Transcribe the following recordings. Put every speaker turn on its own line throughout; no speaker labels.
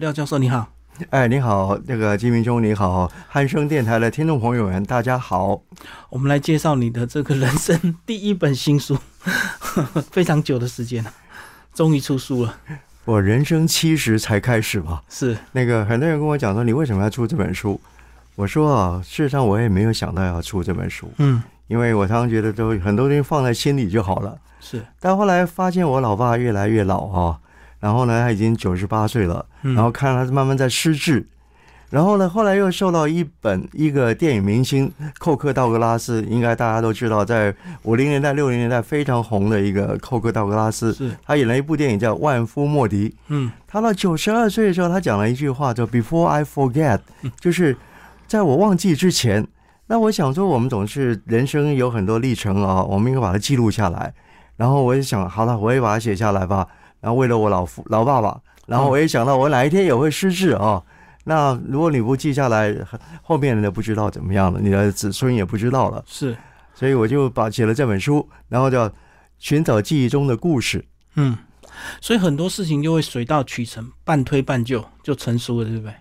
廖教授你好。
哎，你好，那个金明兄，你好，汉声电台的听众朋友们，大家好。
我们来介绍你的这个人生第一本新书， 非常久的时间了，终于出书了。
我人生七十才开始吧。
是，
那个很多人跟我讲说，你为什么要出这本书？我说啊，事实上我也没有想到要出这本书，
嗯，
因为我常常觉得都很多东西放在心里就好了。
是，
但后来发现我老爸越来越老啊，然后呢，他已经九十八岁了，
嗯
然后看他慢慢在失智，然后呢，后来又受到一本一个电影明星寇克·道格拉斯，应该大家都知道，在五零年代、六零年代非常红的一个寇克·道格拉斯，
是，
他演了一部电影叫《万夫莫敌》。
嗯，
他到九十二岁的时候，他讲了一句话，叫 “Before I forget”，就是在我忘记之前。那我想说，我们总是人生有很多历程啊，我们应该把它记录下来。然后我也想，好了，我也把它写下来吧。然后为了我老父老爸爸，然后我也想到我哪一天也会失智啊。 那如果你不记下来，后面的不知道怎么样了，你的子孙也不知道了。
是，
所以我就把写了这本书，然后叫《寻找记忆中的故事》。
嗯，所以很多事情就会水到渠成，半推半就就成熟了，对不对？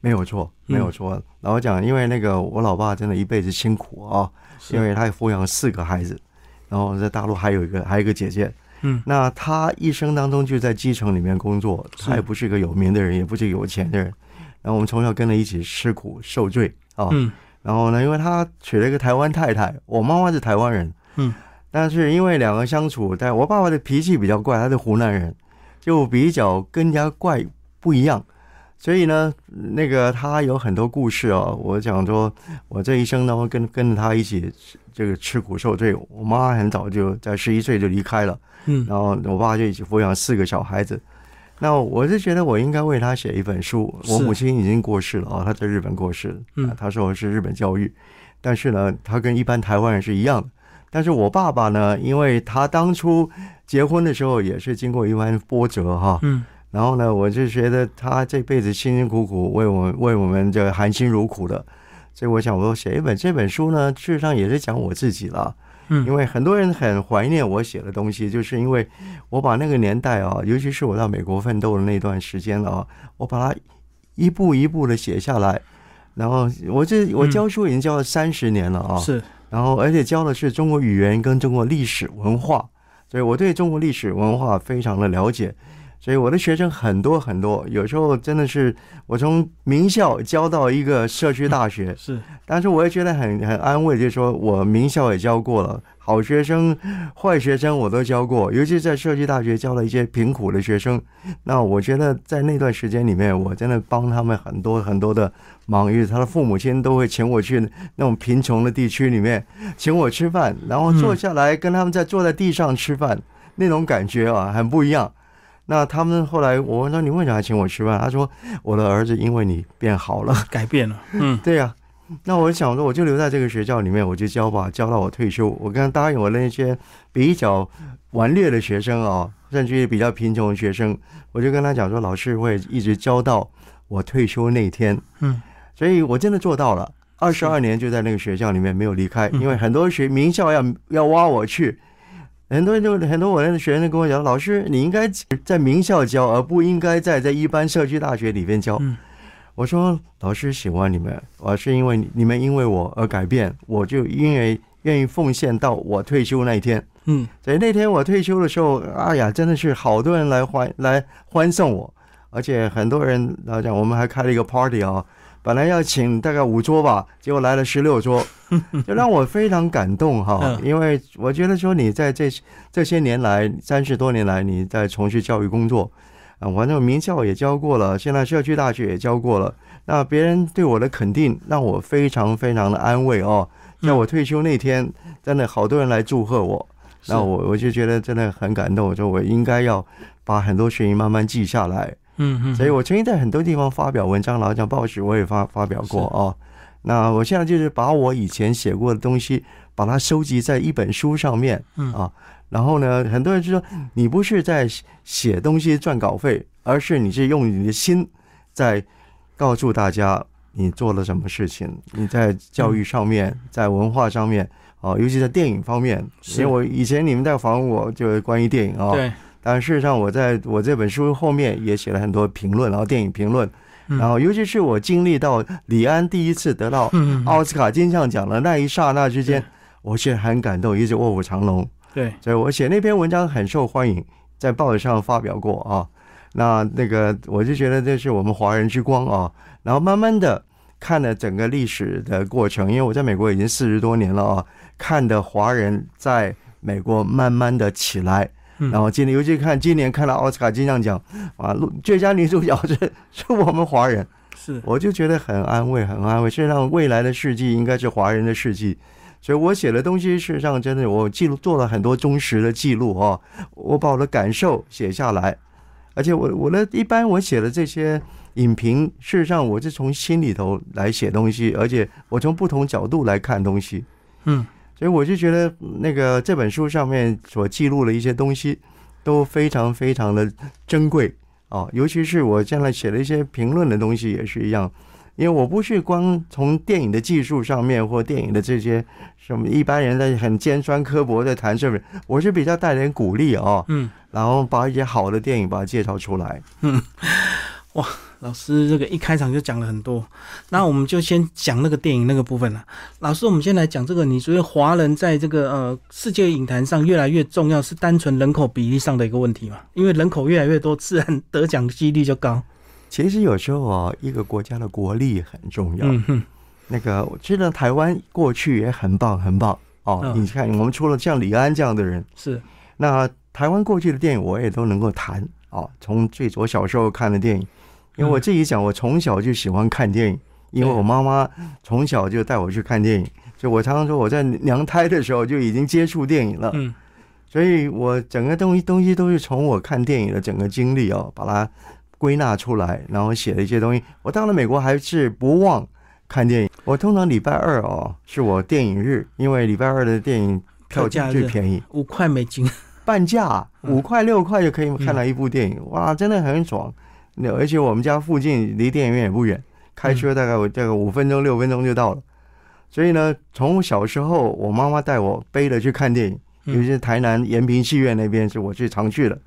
没有错，
嗯
没有错。老实讲，因为那个我老爸真的一辈子辛苦啊，
是
因为他抚养四个孩子，然后在大陆还有一个还有一个姐姐。
嗯，
那他一生当中就在基层里面工作，
是
他也不是一个有名的人，也不是一个有钱的人。然后我们从小跟着一起吃苦受罪啊。
嗯，
然后呢，因为他娶了一个台湾太太，我妈妈是台湾人，
嗯，
但是因为两个相处，但我爸爸的脾气比较怪，他是湖南人，就比较跟人家怪不一样，所以呢，那个他有很多故事哦。我想说，我这一生呢，会跟跟着他一起这个吃苦受罪。我妈很早就在十一岁就离开了，
嗯，
然后我爸就一起抚养四个小孩子。那我是觉得我应该为他写一本书。
是
我母亲已经过世了啊，她在日本过世了，
嗯
啊她受的是日本教育，但是呢，她跟一般台湾人是一样的。但是我爸爸呢，因为他当初结婚的时候也是经过一番波折哈，
嗯，
然后呢，我就觉得他这辈子辛辛苦苦为我们为我们这含辛茹苦的，所以我想我写一本这本书呢，事实上也是讲我自己了。
嗯
因为很多人很怀念我写的东西，就是因为我把那个年代啊，尤其是我到美国奋斗的那段时间啊，我把它一步一步的写下来。然后我这我
嗯
教书已经教了三十年了啊，
是，
然后而且教的是中国语言跟中国历史文化，所以我对中国历史文化非常的了解。所以我的学生很多很多，有时候真的是我从名校教到一个社区大学，
是，
但是我也觉得很很安慰，就是说我名校也教过了，好学生、坏学生我都教过，尤其在社区大学教了一些贫苦的学生。那我觉得在那段时间里面，我真的帮他们很多很多的忙，因为他的父母亲都会请我去那种贫穷的地区里面请我吃饭，然后坐下来跟他们在坐在地上吃饭，那种感觉啊，很不一样。那他们后来我问他你为啥请我吃饭？他说我的儿子因为你变好了。
改变了，嗯，
对呀、那我想说，我就留在这个学校里面，我就教吧，教到我退休。我刚答应我那些比较顽劣的学生啊，甚至于比较贫穷的学生，我就跟他讲说，老师会一直教到我退休那天。
嗯，
所以我真的做到了，二十二年就在那个学校里面没有离开，
嗯
因为很多学名校要要挖我去。很多人就很多我那个学生就跟我讲，老师你应该在名校教，而不应该在在一般社区大学里边教。
嗯
我说老师喜欢你们，我是因为你你们因为我而改变，我就因为愿意奉献到我退休那一天。
嗯，
所以那天我退休的时候，哎呀，真的是好多人来欢来欢送我，而且很多人来讲，我们还开了一个 party 啊、本来要请大概五桌吧，结果来了十六桌，就让我非常感动哈、
嗯
因为我觉得说你在这这些年来三十多年来你在从事教育工作，啊、我那个名校也教过了，现在社区大学也教过了，那别人对我的肯定让我非常非常的安慰哦，在我退休那天，真的好多人来祝贺我。
是
那，我我就觉得真的很感动，我说我应该要把很多事情慢慢记下来，
嗯嗯，
所以我曾经在很多地方发表文章，然后像报纸我也发发表过
是
哦。那我现在就是把我以前写过的东西，把它收集在一本书上面
嗯
啊。然后呢，很多人就说你不是在写写东西赚稿费，而是你是用你的心在告诉大家你做了什么事情，你在教育上面，在文化上面。哦，尤其在电影方面，
是
因为我以前你们在访问我，就是关于电影啊、
对，
当然，事实上我在我这本书后面也写了很多评论，然后电影评论，
嗯
然后尤其是我经历到李安第一次得到
嗯，
奥斯卡金像奖的那一刹那之间，我是很感动，一直卧虎藏龙。
对，
所以我写那篇文章很受欢迎，在报纸上发表过啊。那那个我就觉得这是我们华人之光啊。然后慢慢的看了整个历史的过程，因为我在美国已经四十多年了啊，看的华人在美国慢慢的起来。
嗯
然后今年，尤其看今年看到奥斯卡金像奖啊，最佳女主角是是我们华人，
是，
我就觉得很安慰，很安慰。事实上，未来的世纪应该是华人的世纪，所以我写的东西，事实上真的我记录做了很多忠实的记录哦，我把我的感受写下来，而且我我的一般我写的这些影评，事实上我是从心里头来写东西，而且我从不同角度来看东西，
嗯，
所以我就觉得那个这本书上面所记录的一些东西都非常非常的珍贵啊，尤其是我将来写的一些评论的东西也是一样，因为我不是光从电影的技术上面或电影的这些什么一般人在很尖酸刻薄的谈这本，我是比较带点鼓励啊，
嗯，
然后把一些好的电影把它介绍出来。
老师这个一开场就讲了很多，那我们就先讲那个电影那个部分了。老师，我们先来讲这个，你觉得华人在这个呃世界影坛上越来越重要，是单纯人口比例上的一个问题吗？因为人口越来越多，自然得奖几率就高。
其实有时候啊，一个国家的国力很重要。
嗯哼，
那个，我知道台湾过去也很棒，很棒哦。
嗯
你看，我们除了像李安这样的人，
是，
那台湾过去的电影我也都能够谈啊。从最早小时候看的电影，
嗯
因为我自己讲，我从小就喜欢看电影，因为我妈妈从小就带我去看电影，所以我常常说我在娘胎的时候就已经接触电影了。
嗯
所以我整个东西东西都是从我看电影的整个经历哦，把它归纳出来，然后写了一些东西。我到了美国还是不忘看电影。我通常礼拜二哦是我电影日，因为礼拜二的电影票
票价
最
日
便宜，
五块美金，
半价啊
嗯
五块六块就可以看到一部电影，哇，真的很爽。那而且我们家附近离电影院也不远，开车大概我大概五分钟六分钟就到了。所以呢，从小时候我妈妈带我背着去看电影，
嗯
尤其是台南延平戏院那边是我最常去的。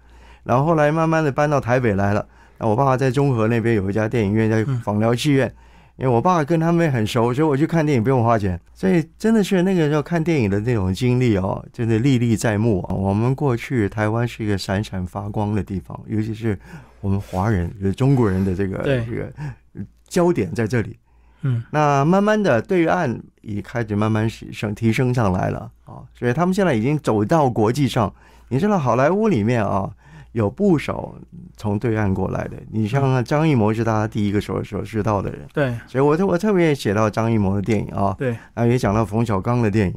然后后来慢慢的搬到台北来了，那我爸爸在中和那边有一家电影院叫
嗯
访疗戏院。因为我爸跟他们很熟，所以我去看电影不用花钱，所以真的是那个时候看电影的那种经历哦，真的历历在目啊。我们过去台湾是一个闪闪发光的地方，尤其是我们华人，就是中国人的这个
对
这个呃焦点在这里。
嗯
那慢慢的对岸也开始慢慢升提升上来了啊，所以他们现在已经走到国际上。你知道好莱坞里面啊，有不少从对岸过来的，你像张艺谋是大家第一个所所知道的人。
对
所以我特我特别写到张艺谋的电影啊，
对，
啊也讲到冯小刚的电影。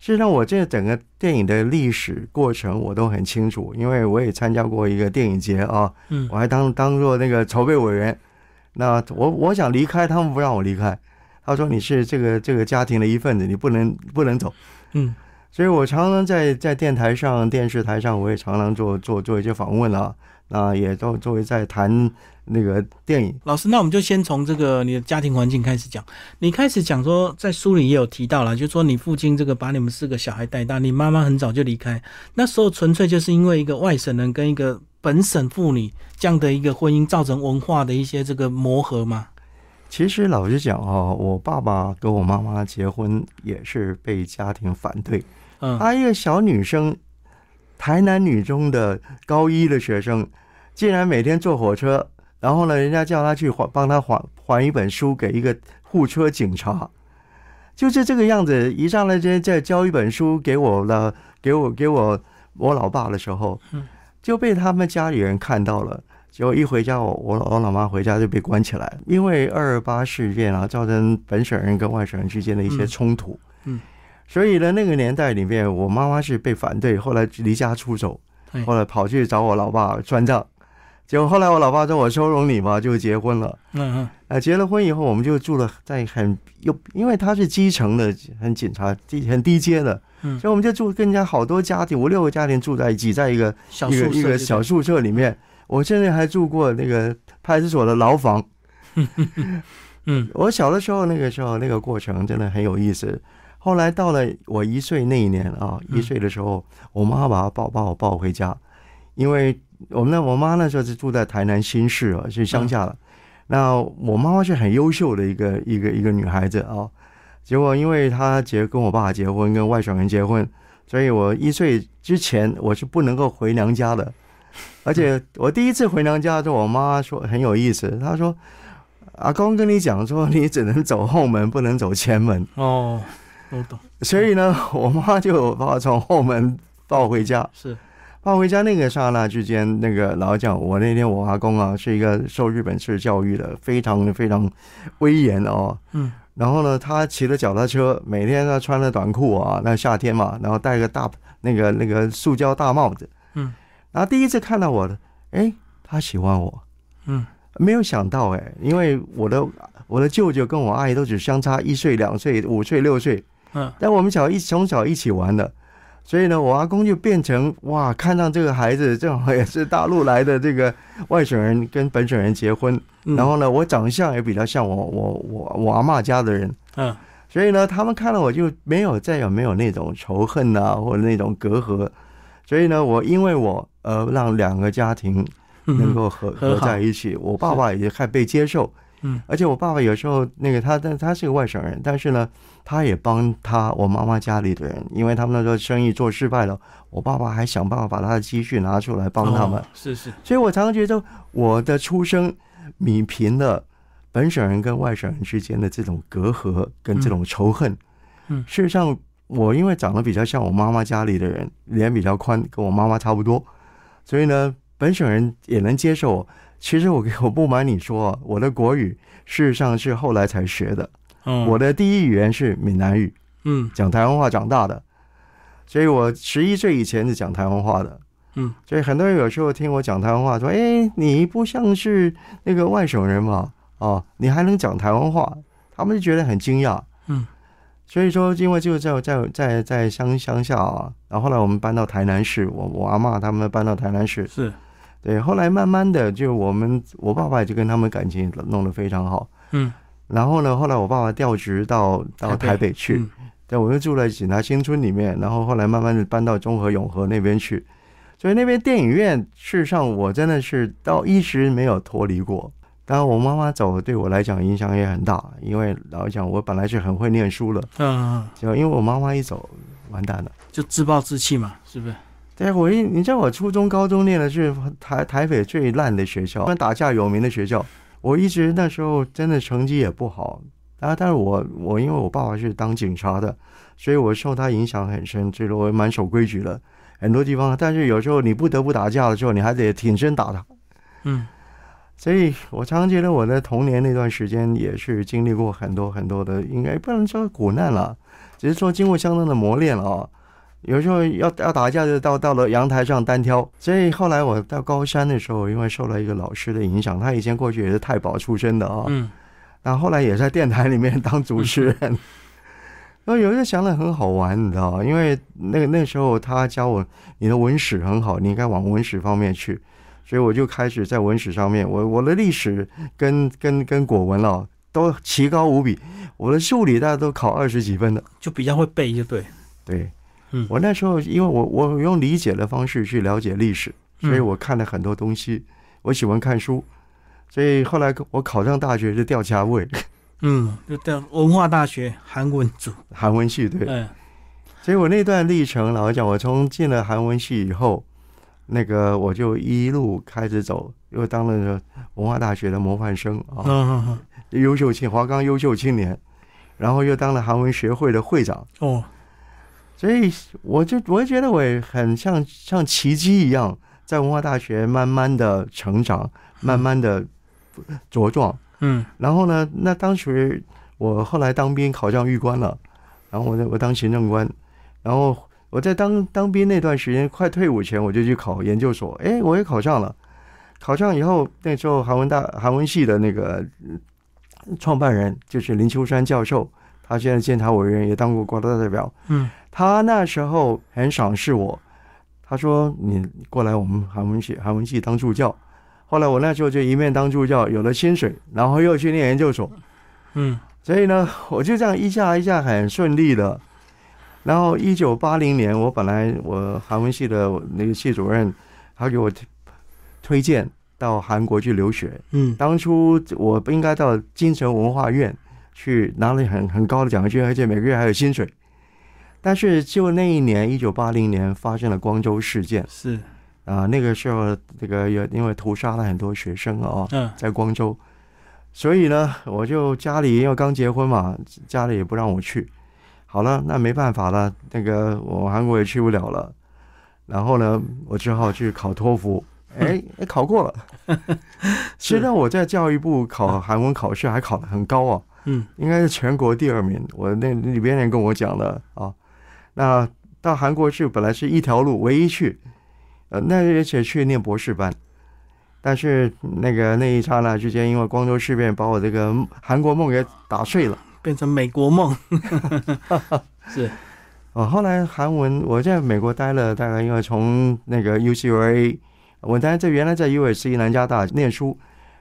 事实上，我这整个电影的历史过程我都很清楚，因为我也参加过一个电影节啊，
嗯
我还当当做那个筹备委员。那我我想离开，他们不让我离开，他说你是这个这个家庭的一份子，你不能不能走。
嗯
所以我常常在在电台上、电视台上，我也常常做做做一些访问啊，那也都作为在谈那个电影。
老师，那我们就先从这个你的家庭环境开始讲。你开始讲说，在书里也有提到了，就说你父亲这个把你们四个小孩带大，你妈妈很早就离开，那时候纯粹就是因为一个外省人跟一个本省妇女这样的一个婚姻，造成文化的一些这个磨合嘛。
其实老实讲哦，我爸爸跟我妈妈结婚也是被家庭反对。
嗯，
她一个小女生，台南女中的高一的学生，竟然每天坐火车，然后呢，人家叫她去还帮她还还一本书给一个护车警察，就是这个样子。一上来就再交一本书给我了，给我给我我老爸的时候
嗯，
就被他们家里人看到了。结果一回家，我我老我老妈回家就被关起来了，因为二二八事件啊，造成本省人跟外省人之间的一些
嗯
冲突。
嗯
所以呢，那个年代里面，我妈妈是被反对，后来离家出走
对，
后来跑去找我老爸算账。结果后来我老爸说：“我收容你吧，就结婚了。
嗯嗯，”
啊，结了婚以后，我们就住了在很又因为他是基层的，很警察低很低阶的，
嗯
所以我们就住跟人家好多家庭，五六个家庭住在一起，在一个
小
一个
宿
一
舍
个
就
小宿舍里面，我甚至还住过那个派出所的牢房。
嗯
我小的时候，那个时候那个过程真的很有意思。后来到了我一岁那一年啊，
嗯
一岁的时候，我妈把我抱把我抱回家，因为我那我妈那时候是住在台南新市啊，是乡下了。
嗯
那我妈妈是很优秀的一个一个一个女孩子啊，结果因为她结跟我爸结婚，跟外省人结婚，所以我一岁之前我是不能够回娘家的。而且我第一次回娘家的时候，我妈说很有意思，她说：“阿公跟你讲说，你只能走后门，不能走前门。”
哦，我懂，
所以呢，我妈就把我从后门抱回家，
是
抱回家那个刹那之间，那个老实讲，我那天我阿公啊是一个受日本式教育的，非常非常威严哦。
嗯，
然后呢，他骑着脚踏车，每天呢穿着短裤啊，那夏天嘛，然后戴个大那个那个塑胶大帽子。
嗯，
然后第一次看到我的，哎，他喜欢我。
嗯，
没有想到哎、因为我的我的舅舅跟我阿姨都只相差一岁、两岁、五岁、六岁，
嗯，
但我们小一从小一起玩的，所以呢，我阿公就变成哇，看到这个孩子正好也是大陆来的这个外省人跟本省人结婚，
嗯
然后呢，我长相也比较像我我我我阿嬷家的人，
嗯
所以呢，他们看到我就没有再有没有那种仇恨啊，或者那种隔阂，所以呢，我因为我呃让两个家庭
嗯
能够合
和
合
好
在一起。我爸爸也还被接受，
嗯，
而且我爸爸有时候那个他，但他是个外省人，但是呢，他也帮他我妈妈家里的人，因为他们那时候生意做失败了，我爸爸还想办法把他的积蓄拿出来帮他们，
哦是是
所以我常常觉得我的出生米平了本省人跟外省人之间的这种隔阂跟这种仇恨。
嗯
事实上，我因为长得比较像我妈妈家里的人，脸比较宽，跟我妈妈差不多，所以呢，本省人也能接受我。其实我我不瞒你说啊，我的国语事实上是后来才学的，
哦，
我的第一语言是闽南语。
嗯
讲台湾话长大的，所以我十一岁以前是讲台湾话的。
嗯，
所以很多人有时候听我讲台湾话，说：“哎，你不像是那个外省人嘛？哦，你还能讲台湾话？”他们就觉得很惊讶。
嗯，
所以说，因为就在在在在乡乡下啊，然后后来我们搬到台南市，我我阿嬷他们搬到台南市，
是
对，后来慢慢的就我们我爸爸就跟他们感情弄得非常好。
嗯
然后呢，后来我爸爸调职到到
台
台
北
北去，
嗯
对，我就住在警察新村里面，然后后来慢慢的搬到中和永和那边去，所以那边电影院，事实上我真的是到一直没有脱离过。当然，我妈妈走对我来讲影响也很大，因为老实讲我本来是很会念书了，
嗯，
就因为我妈妈一走，完蛋了。
就自暴自弃嘛，是不是？
对，我一你知道我初中、高中念的是台台北最烂的学校，他们打架有名的学校。我一直那时候真的成绩也不好，啊，但是我我因为我爸爸是当警察的，所以我受他影响很深，所以我也蛮守规矩的，很多地方。但是有时候你不得不打架的时候，你还得挺身打他。
嗯
所以我常常觉得我的童年那段时间也是经历过很多很多的，应该不能说苦难了，只是说经过相当的磨练了啊。有时候要要打架就到到了阳台上单挑，所以后来我到高三的时候，因为受了一个老师的影响，他以前过去也是太保出身的啊，
嗯
然后后来也在电台里面当主持人。 然后有一次想的很好玩，你知道吗？因为那个那时候他教我，你的文史很好，你应该往文史方面去，所以我就开始在文史上面，我我的历史跟跟跟国文了都奇高无比，我的数理大家都考二十几分的。
就比较会背，就对。
对，
嗯
我那时候因为我我用理解的方式去了解历史，
嗯
所以我看了很多东西，我喜欢看书，所以后来我考上大学是吊家位，
嗯，就在文化大学韩文组，
韩文系对。
嗯
所以我那段历程，老实讲，我从进了韩文系以后，那个我就一路开始走，又当了文化大学的模范生
嗯
啊，
嗯嗯
优秀青华冈优秀青年，然后又当了韩文学会的会长，
哦，
所以我就我就觉得我也很像像奇迹一样，在文化大学慢慢的成长，慢慢的茁壮。
嗯
然后呢，那当时我后来当兵考上狱官了，然后我在我当行政官，然后我在当当兵那段时间快退伍前，我就去考研究所，哎，我也考上了。考上以后，那时候韩文大韩文系的那个呃创办人就是林秋山教授，他现在监察委员也当过国大代表。
嗯
他那时候很赏识我，他说：“你过来我们韩文系韩文系当助教。”后来我那时候就一面当助教，有了薪水，然后又去念研究所，
嗯
所以呢， 我就这样一下一下很顺利的。然后一九八零年，我本来我韩文系的那个系主任他给我推推荐到韩国去留学。
嗯
当初我应该到京城文化院去拿了很很高的奖学金，而且每个月还有薪水。但是就那一年，一九八零年发生了光州事件
是
啊、那个时候这个有因为屠杀了很多学生啊、哦，
嗯
在光州，所以呢，我就家里因为刚结婚嘛，家里也不让我去。好了，那没办法了，那个我韩国也去不了了，然后呢，我只好去考托福。哎，哎考过了。现在我在教育部考韩文考试，还考得很高啊，
嗯
应该是全国第二名。我那里边人跟我讲的啊，那到韩国去本来是一条路，唯一去，呃，那而且去念博士班，但是那个那一刹那之间，因为光州事变把我这个韩国梦给打碎了。
变成美国梦，是
哦，后来韩文我在美国待了大概，因为从那个 UCLA，我当然在原来在 USC 南加大念书，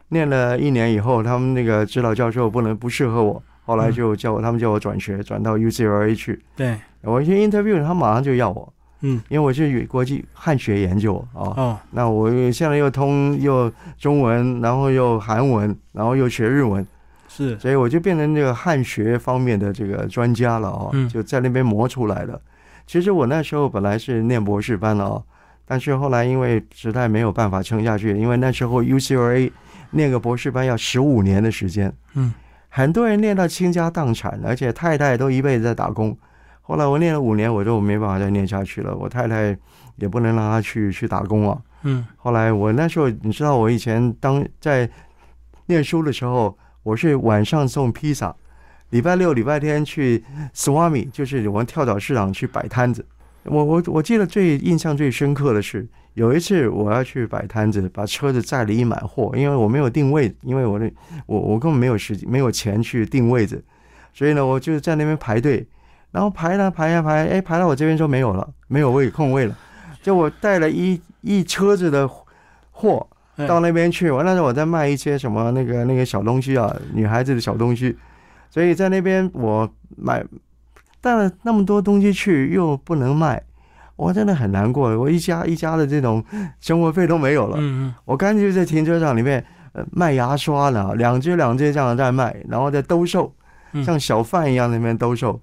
念了一年以后，他们那个指导教授不能不适合我，后来就叫我、他们叫我转学，转到 UCLA 去。
对
我去 interview，他马上就要我，
嗯
因为我是国际汉学研究啊、
哦
那我现在又通又中文，然后又韩文，然后又学日文，
是
所以我就变成这个汉学方面的这个专家了哦，
嗯
就在那边磨出来了。其实我那时候本来是念博士班了哦，但是后来因为实在没有办法撑下去，因为那时候 UCLA 念个博士班要十五年的时间，
嗯，
很多人念到倾家荡产，而且太太都一辈子在打工。后来我念了五年，我就没办法再念下去了，我太太也不能让她去去打工啊，
嗯
后来我那时候，你知道我以前当在念书的时候，我是晚上送披萨，礼拜六、礼拜天去 Swami，就是我们跳蚤市场去摆摊子。我我我记得最印象最深刻的是，有一次我要去摆摊子，把车子载了一满货，因为我没有定位，因为我的我我根本没有时间没有钱去定位置，所以呢，我就在那边排队，然后排了排呀排，哎，排到我这边说没有了，没有位空位了，就我带了一一车子的货
嗯
到那边去，完了我在卖一些什么那个那个小东西啊，女孩子的小东西，所以在那边我买带了那么多东西去，又不能卖。我真的很难过，我一家一家的这种生活费都没有了。
嗯
我干脆在停车场里面，呃，卖牙刷呢，两只两只这样在卖，然后在兜售，
嗯
像小贩一样在那边兜售。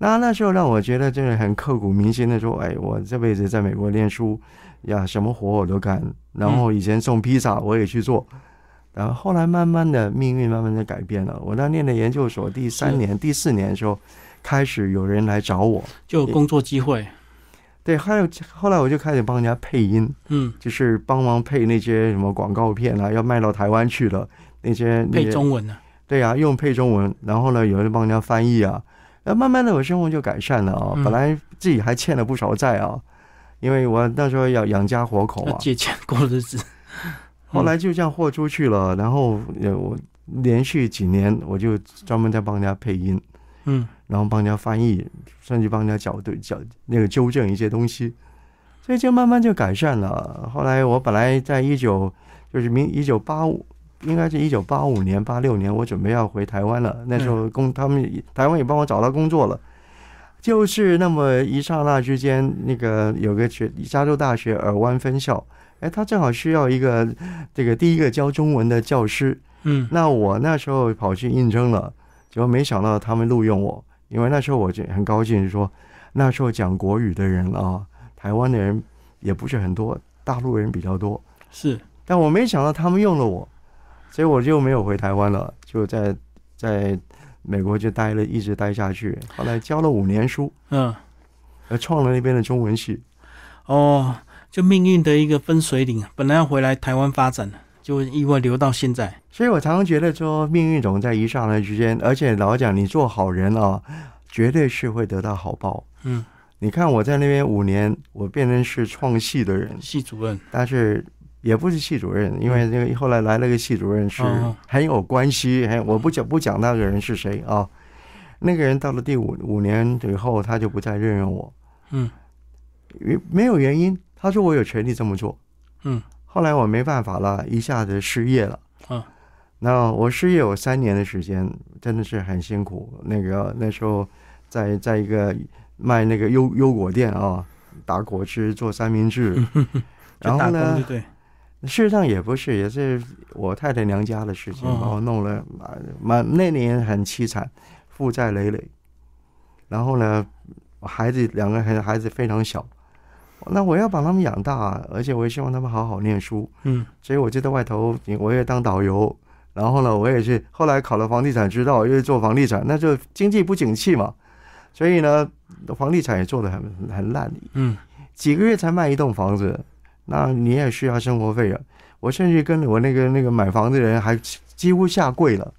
那那时候让我觉得真的很刻骨铭心的说，哎，我这辈子在美国念书呀，什么活我都干。然
嗯
后以前送披萨我也去做，然后后来慢慢的命运慢慢的改变了。我那念的研究所第
是
三年、第四年的时候，开始有人来找我，
嗯，就有工作机会，
对，还有后来我就开始帮人家配音。
嗯，
就是帮忙配那些什么广告片啊，要卖到台湾去了，那些那
配
些
中文呢，
对啊，用配中文，然后呢，有人帮人家翻译啊，那慢慢的我生活就改善了啊、
嗯
本来自己还欠了不少债啊，因为我那时候要养家活口
要
啊，
借钱过日子，
后来就这样豁出去了，然后呃我连续几年我就专门在帮人家配音，
嗯
然后帮人家翻译，甚至帮人家校对校那个纠正一些东西，所以就慢慢就改善了。后来我本来在一九就是明一九八五，应该是一九八五年八六年，我准备要回台湾了。那时候工他们也台湾也帮我找到工作了，就是那么一刹那之间，那个有个学加州大学尔湾分校，哎，他正好需要一个这个第一个教中文的教师，
嗯
那我那时候跑去应征了，结果没想到他们录用我，因为那时候我就很高兴，说那时候讲国语的人啊，台湾的人也不是很多，大陆人比较多，
是
但我没想到他们用了我，所以我就没有回台湾了，就在在美国就待了，一直待下去。后来教了五年书，
嗯
呃，创了那边的中文系。
哦，就命运的一个分水岭，啊本来要回来台湾发展，啊就意外留到现在，
所以我常常觉得说，命运总在一刹那之间，而且老实讲你做好人啊，绝对是会得到好报。
嗯，
你看我在那边五年，我变成是创系的人，
系主任，
但是也不是系主任，因为
嗯
那个后来来了个系主任是
哦
很有关系，很我不讲不讲那个人是谁啊。那个人到了第五五年以后，他就不再任用我，
嗯
也没有原因。他说我有权利这么做，
嗯
后来我没办法了，一下子失业了。
嗯，
那我失业有三年的时间，真的是很辛苦。那个那时候在在一个卖那个优优果店啊，打果汁做三明治，
就
然
打
后
工
呢
对，对？
事实上也不是，也是我太太娘家的事情，
哦
把我弄了，蛮蛮那年很凄惨，负债累累。然后呢，孩子两个孩孩子非常小，那我要把他们养大，而且我也希望他们好好念书，
嗯，
所以我就在外头，嗯我也当导游。然后呢，我也是后来考了房地产之道，又是做房地产，那就经济不景气嘛，所以呢，房地产也做的很很很烂，
嗯，
几个月才卖一栋房子，那你也需要生活费啊。我甚至跟我那个那个买房的人还几几乎下跪了，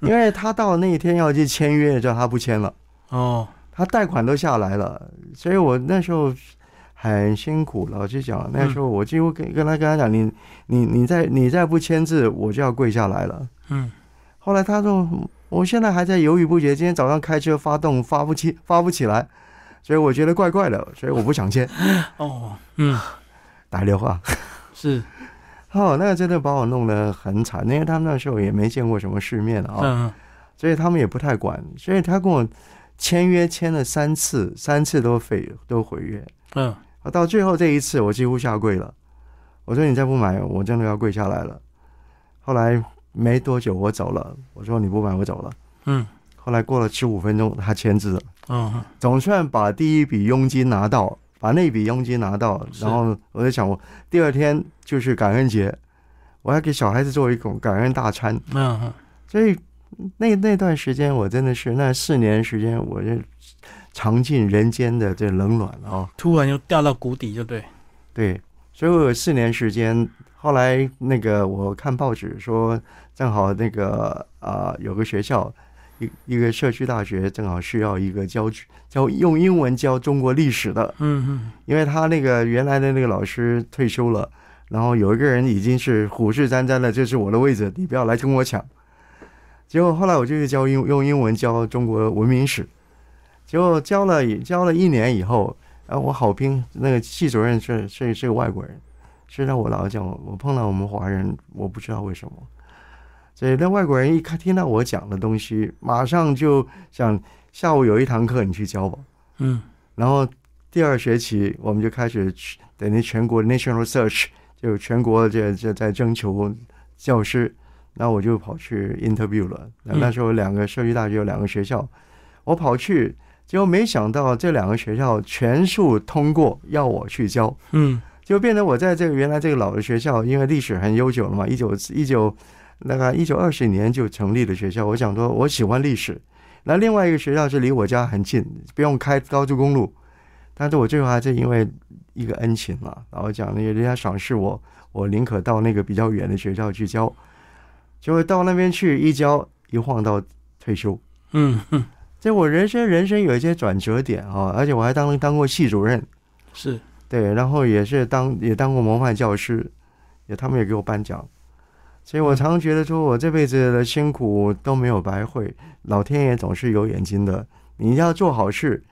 因为他到那一天要去签约，叫他不签了，
哦，
他贷款都下来了，所以我那时候很辛苦。老实讲，那
嗯
时候我几乎跟跟他跟他讲，你你你再你再不签字，我就要跪下来了。
嗯，
后来他说，我现在还在犹豫不决，今天早上开车发动发不起发不起来，所以我觉得怪怪的，所以我不想签。
哦，嗯，
打电话。
是，
哦，那个真的把我弄得很惨，因为他们那时候也没见过什么世面啊、
嗯，
所以他们也不太管，所以他跟我签约签了三次，三次都废都毁约，
嗯，
啊，到最后这一次我几乎下跪了，我说你再不买，我真的要跪下来了。后来没多久我走了，我说你不买我走了。
嗯，
后来过了十五分钟，他签字了，
哦，
总算把第一笔佣金拿到，把那笔佣金拿到，
是
然后我在想，我第二天就是感恩节，我要给小孩子做一种感恩大餐，
嗯，
所以那那段时间我真的是那四年时间，我就尝尽人间的这冷暖啊、
突然又掉到谷底，就对，
对，所以我有四年时间。后来那个我看报纸说，正好那个啊、有个学校，一一个社区大学正好需要一个教教用英文教中国历史的，
嗯
因为他那个原来的那个老师退休了，然后有一个人已经是虎视眈眈的，这是我的位置，你不要来跟我抢。结果后来我就去教英用英文教中国文明史，结果教了教了一年以后，啊，我好评那个系主任是是是个外国人，是让我老实讲，我碰到我们华人，我不知道为什么。所以那外国人一看听到我讲的东西，马上就想下午有一堂课你去教吧。
嗯嗯，
然后第二学期我们就开始去等于全国 national search，就全国这这在征求教师。那我就跑去 interview 了。那
嗯
那时候有两个社区大学有两个学校，我跑去，结果没想到这两个学校全数通过要我去教，
嗯，
就变成我在这个原来这个老的学校，因为历史很悠久了嘛，一九一九那个一九二十年就成立的学校。我想说，我喜欢历史。那另外一个学校是离我家很近，不用开高速公路。但是我最后还是因为一个恩情嘛，然后讲那个人家赏识我，我宁可到那个比较远的学校去教。结果到那边去一教，一晃到退休。
嗯嗯，
这我人生人生有一些转折点啊，而且我还当当过系主任，
是，
对，然后也是当也当过模范教师，也他们也给我颁奖，所以我常常觉得说我这辈子的辛苦都没有白费，老天爷总是有眼睛的，你要做好事，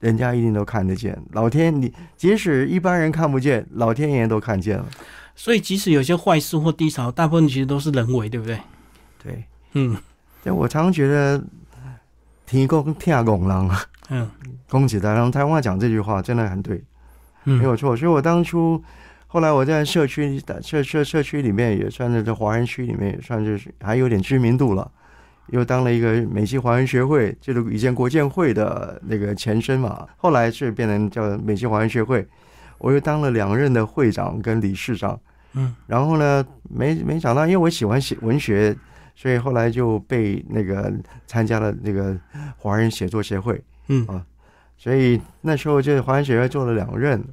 人家一定都看得见，老天你即使一般人看不见，老天爷都看见了。
所以即使有些坏事或低潮，大部分其实都是人为，对不对？
对，
嗯
对我常常觉得提供天拱狼，
嗯
恭喜大家，台湾话讲这句话真的很对。没
嗯，
有错。所以我当初，后来我在社区社社社区里面也算是在华人区里面也算是还有点知名度了，又当了一个美西华人学会，就是以前国建会的那个前身嘛，后来是变成叫美西华人学会，我又当了两任的会长跟理事长。
嗯，
然后呢，没没想到，因为我喜欢写文学，所以后来就被那个参加了那个华人写作协会。
嗯
啊，所以那时候就是华人学会做了两任，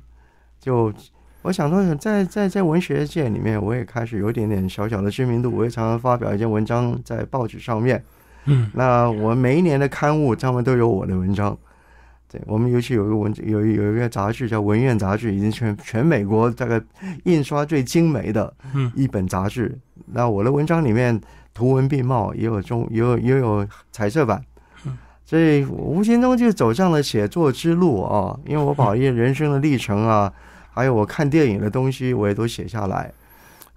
就我想说在，在在文学界里面，我也开始有一点点小小的知名度，我也常常发表一些文章在报纸上面。
嗯，
那我每一年的刊物上面都有我的文章。对我们尤其有一个文有一有一个杂志叫《文苑杂志》，已经全全美国大概印刷最精美的
嗯
一本杂志。那我的文章里面图文并茂，也有中也有也有彩色版
嗯。
所以我无形中就走上了写作之路啊，因为我
嗯
把一些人生的历程啊，还有我看电影的东西，我也都写下来。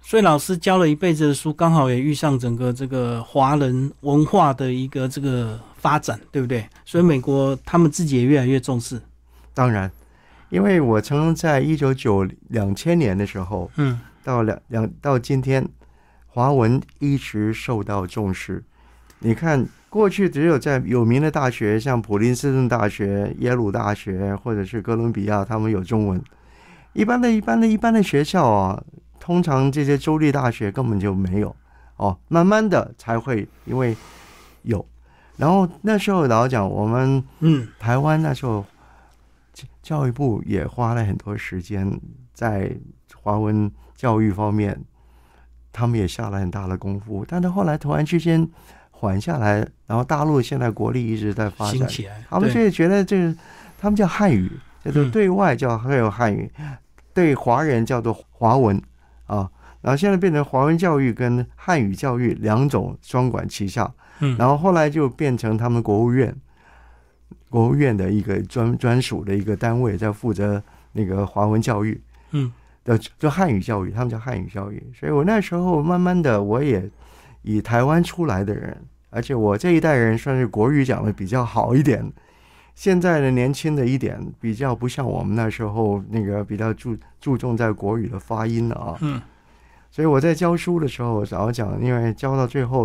所以老师教了一辈子的书，刚好也遇上整个这个华人文化的一个这个发展，对不对？所以美国他们自己也越来越重视。
当然，因为我曾经在一九九两千年的时候
嗯
到两两到今天，华文一直受到重视。你看，过去只有在有名的大学，像普林斯顿大学、耶鲁大学或者是哥伦比亚，他们有中文。一般的、一般的、一般的学校啊，通常这些州立大学根本就没有哦。慢慢的才会因为有。然后那时候老实讲我们
嗯
台湾那时候教教育部也花了很多时间在华文教育方面，他们也下了很大的功夫，但是后来突然之间缓下来，然后大陆现在国力一直在发
兴
展，
起来，
他们
对
就觉得这个他们叫汉语，叫做
嗯
对外叫有汉语，对华人叫做华文啊。然后现在变成华文教育跟汉语教育两种双管齐下，
嗯
然后后来就变成他们国务院，国务院的一个专专属的一个单位，在负责那个华文教育
嗯
的，就汉语教育，他们叫汉语教育。所以我那时候慢慢的，我也以台湾出来的人，而且我这一代人算是国语讲的比较好一点。现在的年轻的一点比较不像我们那时候那个比较注注重在国语的发音了啊，
嗯
所以我在教书的时候，老实讲，因为教到最后，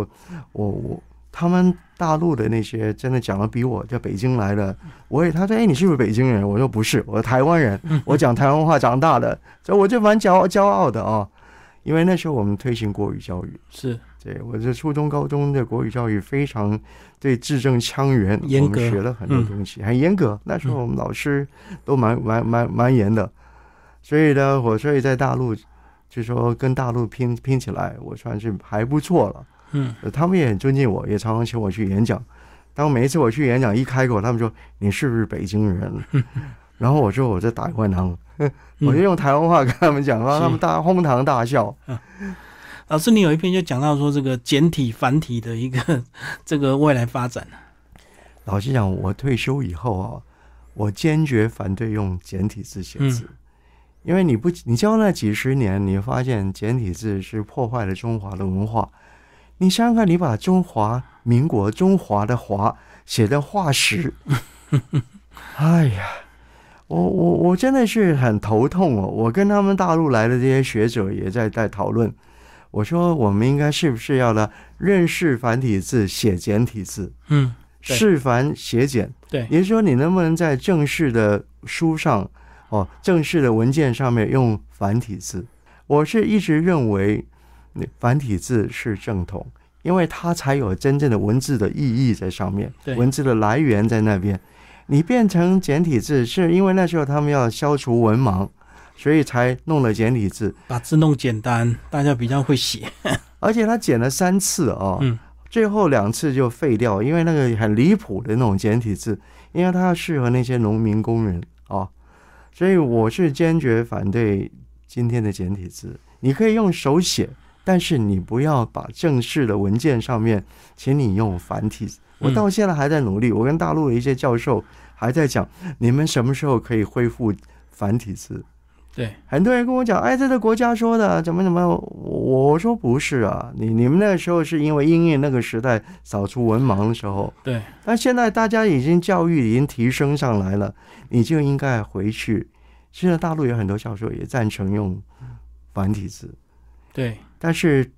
我我他们大陆的那些真的讲的比我在北京来的，我也他说哎你是不是北京人？我说不是，我是台湾人，我讲台湾话长大的，所以我就蛮骄傲骄傲的啊，因为那时候我们推行国语教育，
是
对我这初中高中的国语教育非常对字正腔圆，
严
我们
格
学了很多
嗯
东西，很严格。那时候我们老师都蛮蛮蛮蛮严的，所以呢，我所以在大陆就说跟大陆拼拼起来，我算是还不错了。
嗯
呃他们也很尊敬我，也常常请我去演讲。当每一次我去演讲一开口，他们说你是不是北京人？ 然后我说我在台湾行， 我就
嗯。
用台湾话跟他们讲，然后他们
是
大哄堂大笑。
老师，你有一篇就讲到说这个简体繁体的一个 这个未来发展，啊
老实讲，我退休以后啊，我坚决反对用简体字写字，因为你不你教那几十年，你发现简体字是破坏了中华的文化。你想想看，你把中华民国中华的华写的化石，哎呀，我我我真的是很头痛哦。我跟他们大陆来的这些学者也在在讨论，我说我们应该是不是要呢认识繁体字，写简体字？
嗯对
示繁写简，
对
也就是说，你能不能在正式的书上，哦，正式的文件上面用繁体字？我是一直认为，那繁体字是正统，因为它才有真正的文字的意义在上面，
对
文字的来源在那边。你变成简体字，是因为那时候他们要消除文盲，所以才弄了简体字。
把字弄简单，大家比较会写。
而且他剪了三次哦，
嗯
最后两次就废掉，因为那个很离谱的那种简体字，因为它要适合那些农民工人哦，所以我是坚决反对今天的简体字。你可以用手写，但是你不要把正式的文件上面，请你用繁体。我
嗯
到现在还在努力，我跟大陆的一些教授还在讲，你们什么时候可以恢复繁体字？
对，
很多人跟我讲，哎，这是国家说的，怎么怎么，我我说不是啊，你你们那个时候是因为因应那个时代扫除文盲的时候，
对，
但现在大家已经教育已经提升上来了，你就应该回去。现在大陆有很多教授也赞成用繁体字，
对，
但是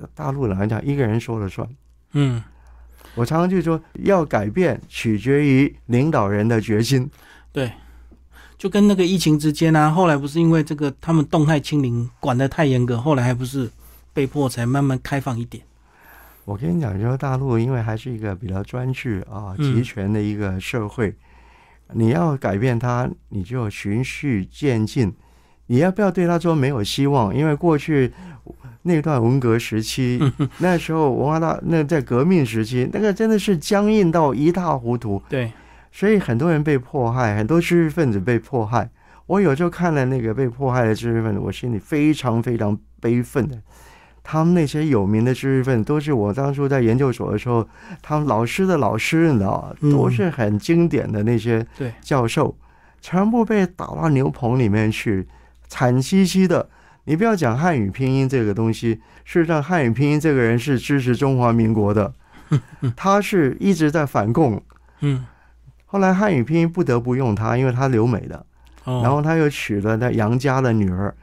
呃大陆来讲，一个人说了算。
嗯，
我常常就说，要改变取决于领导人的决心。
就跟那个疫情之间啊，后来不是因为这个他们动态清零管得太严格，后来还不是被迫才慢慢开放一点。
我跟你讲，就是大陆因为还是一个比较专制啊、
嗯
集权的一个社会，你要改变它，你就循序渐进。你要不要对他说没有希望？因为过去那段文革时期，那时候文化大那在革命时期，那个真的是僵硬到一塌糊涂。
对，
所以很多人被迫害，很多知识分子被迫害。我有时候看了那个被迫害的知识分子，我心里非常非常悲愤的。他们那些有名的知识分子，都是我当初在研究所的时候，他们老师的老师，你知道吗
嗯
都是很经典的那些
对
教授，全部被打到牛棚里面去，惨兮兮的。你不要讲汉语拼音这个东西，事实上汉语拼音这个人是支持中华民 国的，他是一直在反共，
嗯，
后来汉语拼音不得不用它，因为它留美的。
哦，
然后他又娶了他杨家的女儿，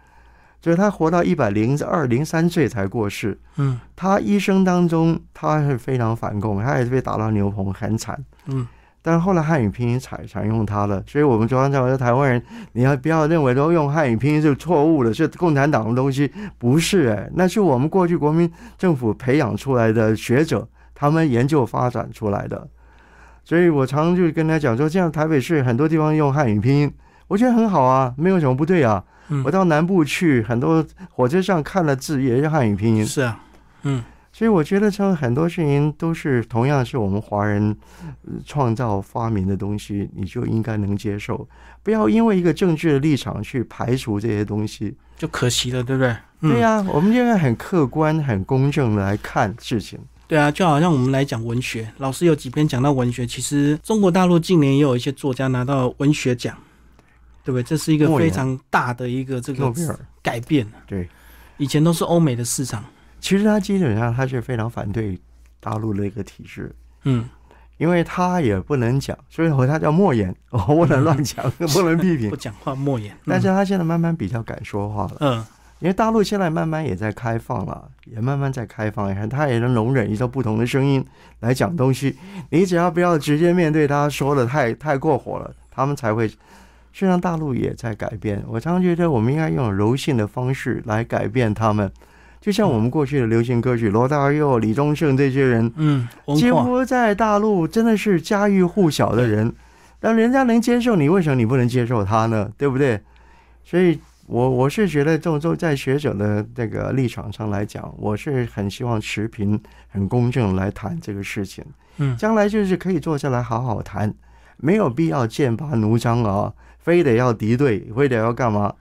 所以他活到一百零二、零三岁才过世。
嗯
他一生当中他是非常反共，他也是被打到牛棚，很惨。
嗯
但后来汉语拼音采常用它了，所以我们中央在说台湾人，你要不要认为都用汉语拼音是错误的，是共产党的东西？不是、哎，那是我们过去国民政府培养出来的学者，他们研究发展出来的。所以我常常就跟他讲说，这样台北市很多地方用汉语拼音，我觉得很好啊，没有什么不对啊。
嗯
我到南部去，很多火车上看了字也是汉语拼音，
是啊，嗯
所以我觉得，像很多事情都是同样是我们华人呃创造发明的东西，你就应该能接受，不要因为一个政治的立场去排除这些东西。
就可惜了，对不对？嗯、
对呀、我们应该很客观、很公正的来看事情。
对啊，就好像我们来讲文学，老师有几篇讲到文学，其实中国大陆近年也有一些作家拿到文学奖，对不对？这是一个
诺言
非常大的一个这
诺
个
贝尔
改变。
对，
以前都是欧美的市场，
其实他基本上他是非常反对大陆的一个体制。
嗯，
因为他也不能讲，所以我他叫莫言，我不能乱讲，不能批评
不。讲话莫言。
但是他现在慢慢比较敢说话了。
嗯，嗯，
因为大陆现在慢慢也在开放了，也慢慢在开放，也他也能容忍一些不同的声音来讲东西。你只要不要直接面对他说的太太过火了，他们才会。事实上，大陆也在改变。我常常觉得，我们应该用柔性的方式来改变他们。就像我们过去的流行歌曲，罗大佑、李宗盛这些人，
嗯，
几
文化，
乎在大陆真的是家喻户晓的人，但人家能接受你，为什么你不能接受他呢？对不对？所以我我是觉得，这种就在学者的这个立场上来讲，我是很希望持平、很公正来谈这个事情。
嗯
将来就是可以坐下来好好谈，没有必要剑拔弩张啊，非得要敌对，非得要干嘛？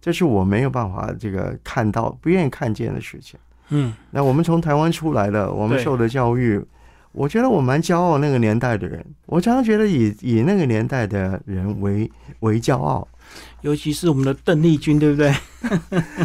这是我没有办法这个看到、不愿意看见的事情。
嗯，
那我们从台湾出来的，我们
对
受的教育，我觉得我蛮骄傲那个年代的人。我常常觉得以以那个年代的人 为为骄傲。
尤其是我们的邓丽君，对不 对？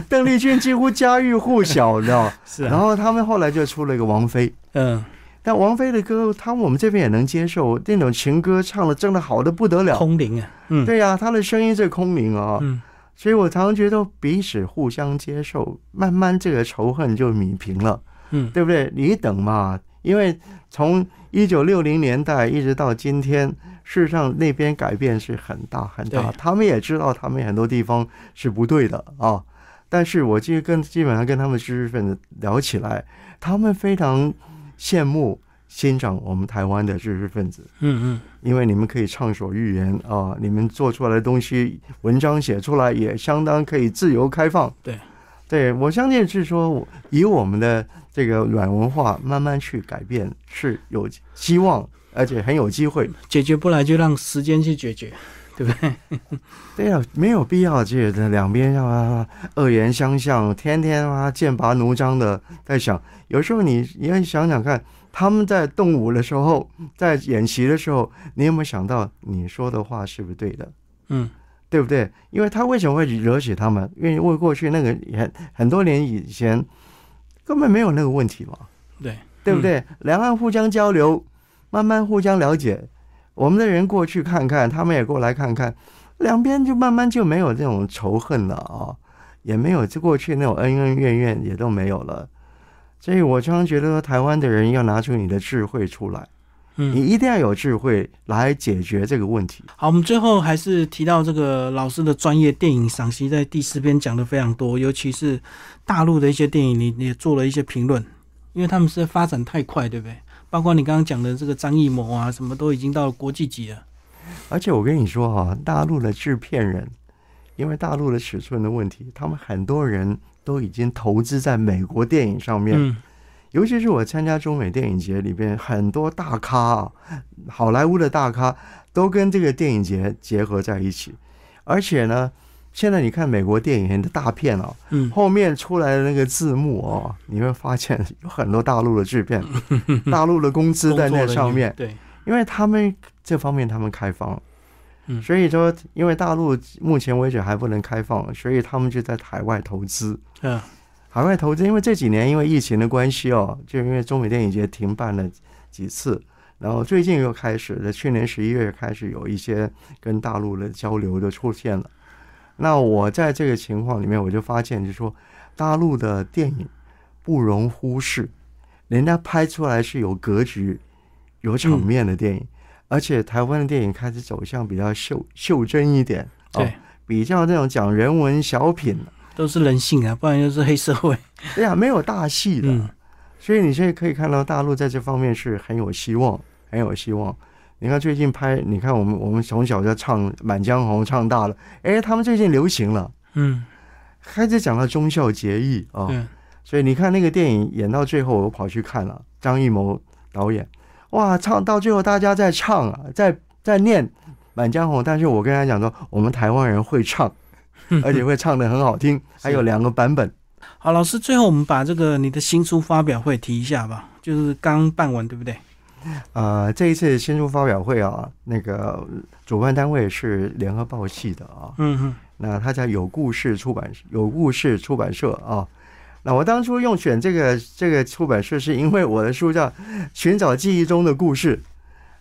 邓丽君几乎家喻户 晓的，
是
然
啊，
后他们后来就出了一个王菲。
嗯，
但王菲的歌，她我们这边也能接受，那种情歌唱的真的好的不得了。
空灵啊，嗯，
对呀、她的声音最空明啊、
嗯，
所以我常常觉得彼此互相接受，慢慢这个仇恨就弭平了。
嗯
对不对？你等嘛，因为从一九六零年代一直到今天，事实上那边改变是很大很大
对，
他们也知道他们很多地方是不对的啊。但是我基跟基本上跟他们知识分子聊起来，他们非常羡慕欣赏我们台湾的知识分子，
嗯嗯，
因为你们可以畅所欲言啊，你们做出来的东西，文章写出来也相当可以自由开放。
对，
对我相信是说，我以我们的这个软文化慢慢去改变是有希望，而且很有机会。
解决不来就让时间去解决，对不对？
对呀、没有必要这个两边啊恶言相向，天天啊剑拔弩张的在想。有时候你也想想看，他们在动武的时候，在演习的时候，你有没有想到你说的话是不是对的？
嗯，
对不对？因为他为什么会惹起他们？因为为过去那个很很多年以前根本没有那个问题嘛，
对，嗯
对不对？两岸互相交流，慢慢互相了解。我们的人过去看看，他们也过来看看，两边就慢慢就没有这种仇恨了啊，也没有就过去那种恩恩怨怨也都没有了。所以我常常觉得说，台湾的人要拿出你的智慧出来，
嗯，
你一定要有智慧来解决这个问题。
好，我们最后还是提到这个老师的专业电影赏析，在第四篇讲的非常多，尤其是大陆的一些电影，你你也做了一些评论，因为他们是发展太快，对不对？包括你刚刚讲的这个张艺谋啊，什么都已经到了国际级了。
而且我跟你说啊，大陆的制片人，因为大陆的尺寸的问题，他们很多人都已经投资在美国电影上面。
嗯
尤其是我参加中美电影节里边，很多大咖啊，好莱坞的大咖都跟这个电影节结合在一起。而且呢，现在你看美国电影的大片啊，
嗯，
后面出来的那个字幕哦，你会发现有很多大陆的 制片，大陆的公司在
工
那上面
作人员，对，
因为他们这方面他们开放，
嗯
所以说因为大陆目前为止还不能开放，所以他们就在海外投资。
嗯
海外投资，因为这几年因为疫情的关系哦，就因为中美电影节停办了几次，然后最近又开始了，去年十一月开始有一些跟大陆的交流就出现了。那我在这个情况里面，我就发现，就是说，大陆的电影不容忽视，人家拍出来是有格局、有场面的电影，而且台湾的电影开始走向比较袖袖珍一点，哦
对，
比较那种讲人文小品，
都是人性啊，不然就是黑社会。
对呀，没有大戏的。
嗯，
所以你现在可以看到大陆在这方面是很有希望，很有希望。你看最近拍，你看我们我们从小就唱《满江红》唱大了，哎，他们最近流行了，
嗯，
开始讲到忠孝节义啊、
对，
所以你看那个电影演到最后，我跑去看了张艺谋导演，哇，唱到最后大家在唱啊，在在念《满江红》，但是我跟他讲说，我们台湾人会唱，而且会唱的很好听，还有两个版本。
好，老师，最后我们把这个你的新书发表会提一下吧，就是刚办完，对不对？
呃，这一次新书发表会啊，那个主办单位是联合报系的啊，
嗯嗯，
那他叫有故事出版有故事出版社啊。那我当初用选这个这个出版社，是因为我的书叫《寻找记忆中的故事》，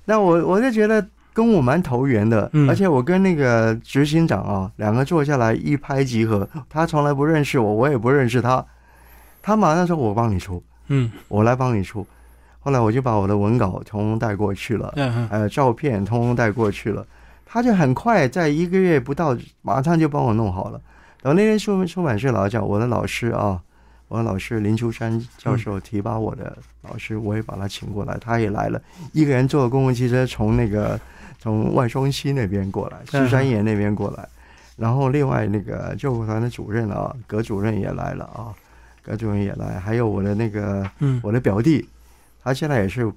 那我我就觉得跟我蛮投缘的，
嗯
而且我跟那个执行长啊，两个坐下来一拍即合，他从来不认识我，我也不认识他，他马上说：“我帮你出，
嗯，
我来帮你出。”后来我就把我的文稿通通带过去了，
对，嗯
还有照片，通通带过去了。他就很快在一个月不到，马上就帮我弄好了。然后那天出出版社老讲，我的老师啊，我的老师林秋山教授提拔我的老师，我也把他请过来，他也来了，一个人坐公共汽车从那个从外双溪那边过来，
嗯
石山岩那边过来。然后另外那个救护团的主任啊，葛主任也来了啊，葛主任也来，还有我的那个
嗯，
我的表弟，他现在也是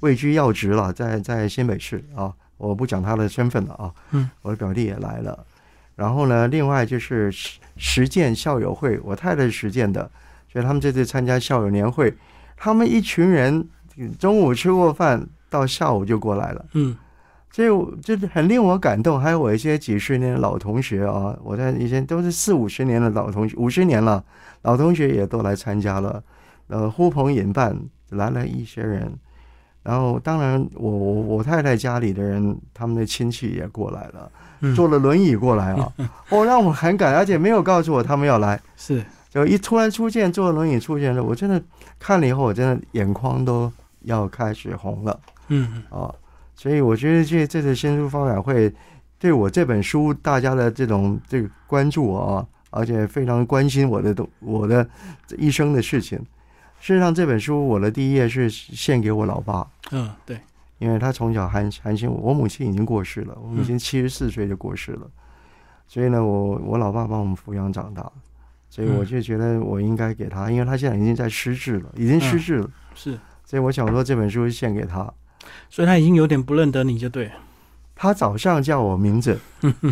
位居要职了，在在新北市啊，我不讲他的身份了啊。
嗯，
我的表弟也来了。然后呢，另外就是实实践校友会，我太太实践的，所以他们这次参加校友年会，他们一群人中午吃过饭，到下午就过来了。
嗯，
所以我这很令我感动。还有我一些几十年的老同学啊，我在以前都是四五十年的老同学，五十年了，老同学也都来参加了，呃，呼朋引伴来了一些人。然后，当然我，我我太太家里的人，他们的亲戚也过来了，
嗯
坐了轮椅过来啊，哦，让我很感，而且没有告诉我他们要来，
是，啊
就一突然出现坐轮椅出现了，我真的看了以后，我真的眼眶都要开始红了。
嗯嗯，
啊，所以我觉得这这次新书发表会对我这本书大家的这种这个关注啊，而且非常关心我的东我的这一生的事情。事实上，这本书我的第一页是献给我老爸，
嗯，对，
因为他从小寒寒心我，我母亲已经过世了，我母
嗯
亲七十四岁就过世了，所以呢，我我老爸帮我们抚养长大，所以我
嗯
就觉得我应该给他，因为他现在已经在失智了，已经失
嗯
智了，
是，
所以我想说这本书献给他。
所以他已经有点不认得你就对了，
他早上叫我名 字，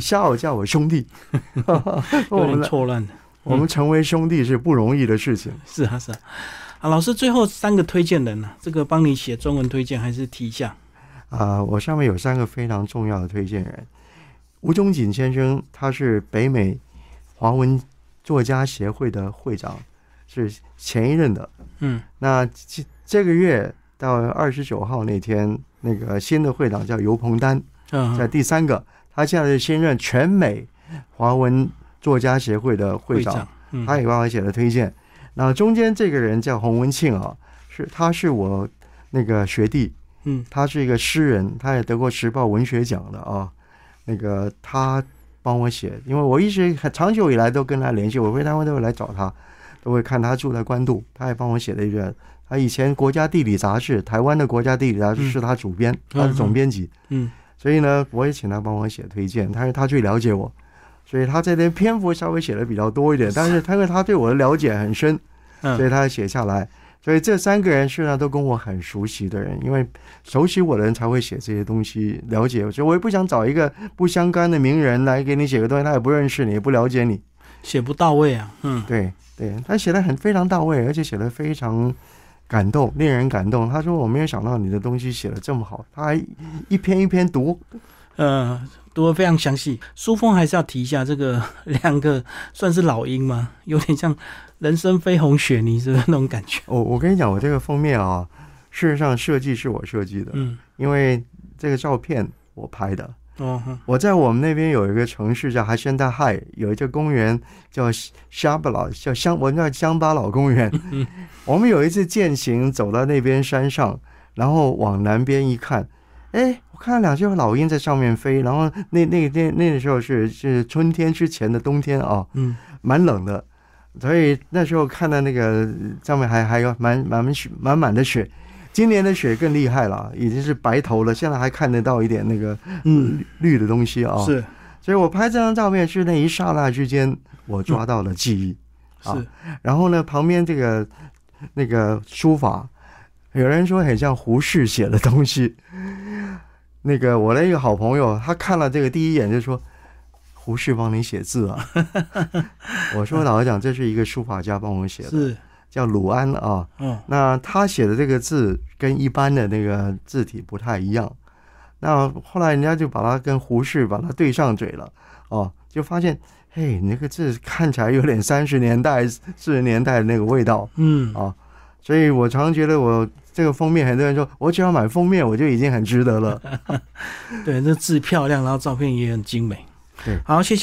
下午叫我兄弟，我
有点嗯
们
错乱的。
我们成为兄弟是不容易的事情。
是啊，是啊。啊，老师，最后三个推荐人呢、这个帮你写中文推荐还是提一下？
啊、我上面有三个非常重要的推荐人，吴忠锦先生，他是北美华文作家协会的会长，是前一任的。
嗯，
那这这个月到二十九号那天，那个新的会长叫尤鹏丹，
嗯，
在第三个，他现在是新任全美华文作家协会的会长。，
嗯，
他也帮我写了推荐。那中间这个人叫洪文庆啊，是他是我那个学弟，
嗯
他是一个诗人，他也得过时报文学奖的啊。那个他帮我写，因为我一直很长久以来都跟他联系，我回台湾都会来找他，都会看他住在关渡，他也帮我写了一个。他以前《国家地理》杂志，台湾的《国家地理》杂志
嗯
是他主编，他是总编辑。
嗯
所以呢，我也请他帮我写推荐，但是他最了解我，所以他这边篇幅稍微写的比较多一点，但是他因为他对我的了解很深，所
嗯，
以他写下来。所以这三个人实际上都跟我很熟悉的人，因为熟悉我的人才会写这些东西，了解我。所以我也不想找一个不相干的名人来给你写个东西，他也不认识你，也不了解你。
写不到位啊，嗯
对对，他写的很非常到位，而且写的非常感动，令人感动。他说我没有想到你的东西写的这么好，他还一篇一篇读，
呃，读的非常详细。书风还是要提一下，这个 两个算是老鹰吗？有点像人生飞鸿雪泥，是不是那种感觉？
我哦我跟你讲，我这个封面啊，事实上设计是我设计的，
嗯
因为这个照片我拍的，
哦，哼
我在我们那边有一个城市叫哈宣大海，有一个公园叫沙巴老，叫香，我们叫香巴老公园。我们有一次践行走到那边山上，然后往南边一看，哎，我看到两只老鹰在上面飞。然后那那那那个时候是是春天之前的冬天啊，
嗯，
蛮冷的，所以那时候看到那个上面还还有满满满雪满满的雪。今年的雪更厉害了，已经是白头了，现在还看得到一点那个
嗯，哦
绿的东西啊、
是
所以我拍这张照片是那一刹那之间，我抓到了记忆。啊
是，
然后呢，旁边这个那个书法，有人说很像胡适写的东西。那个我的一个好朋友，他看了这个第一眼就说：“胡适帮你写字啊。” 我说：“老实讲，这是一个书法家帮我写的，
是，
叫鲁安啊。
哦，
那他写的这个字跟一般的那个字体不太一样。那后来人家就把它跟胡适把它对上嘴了，哦，就发现，嘿，你那个字看起来有点三十年代、四十年代的那个味道
嗯，
啊、所以我常觉得我这个封面，很多人说我只要买封面我就已经很值得了。
对，那字漂亮，然后照片也很精美。
对
好，谢谢。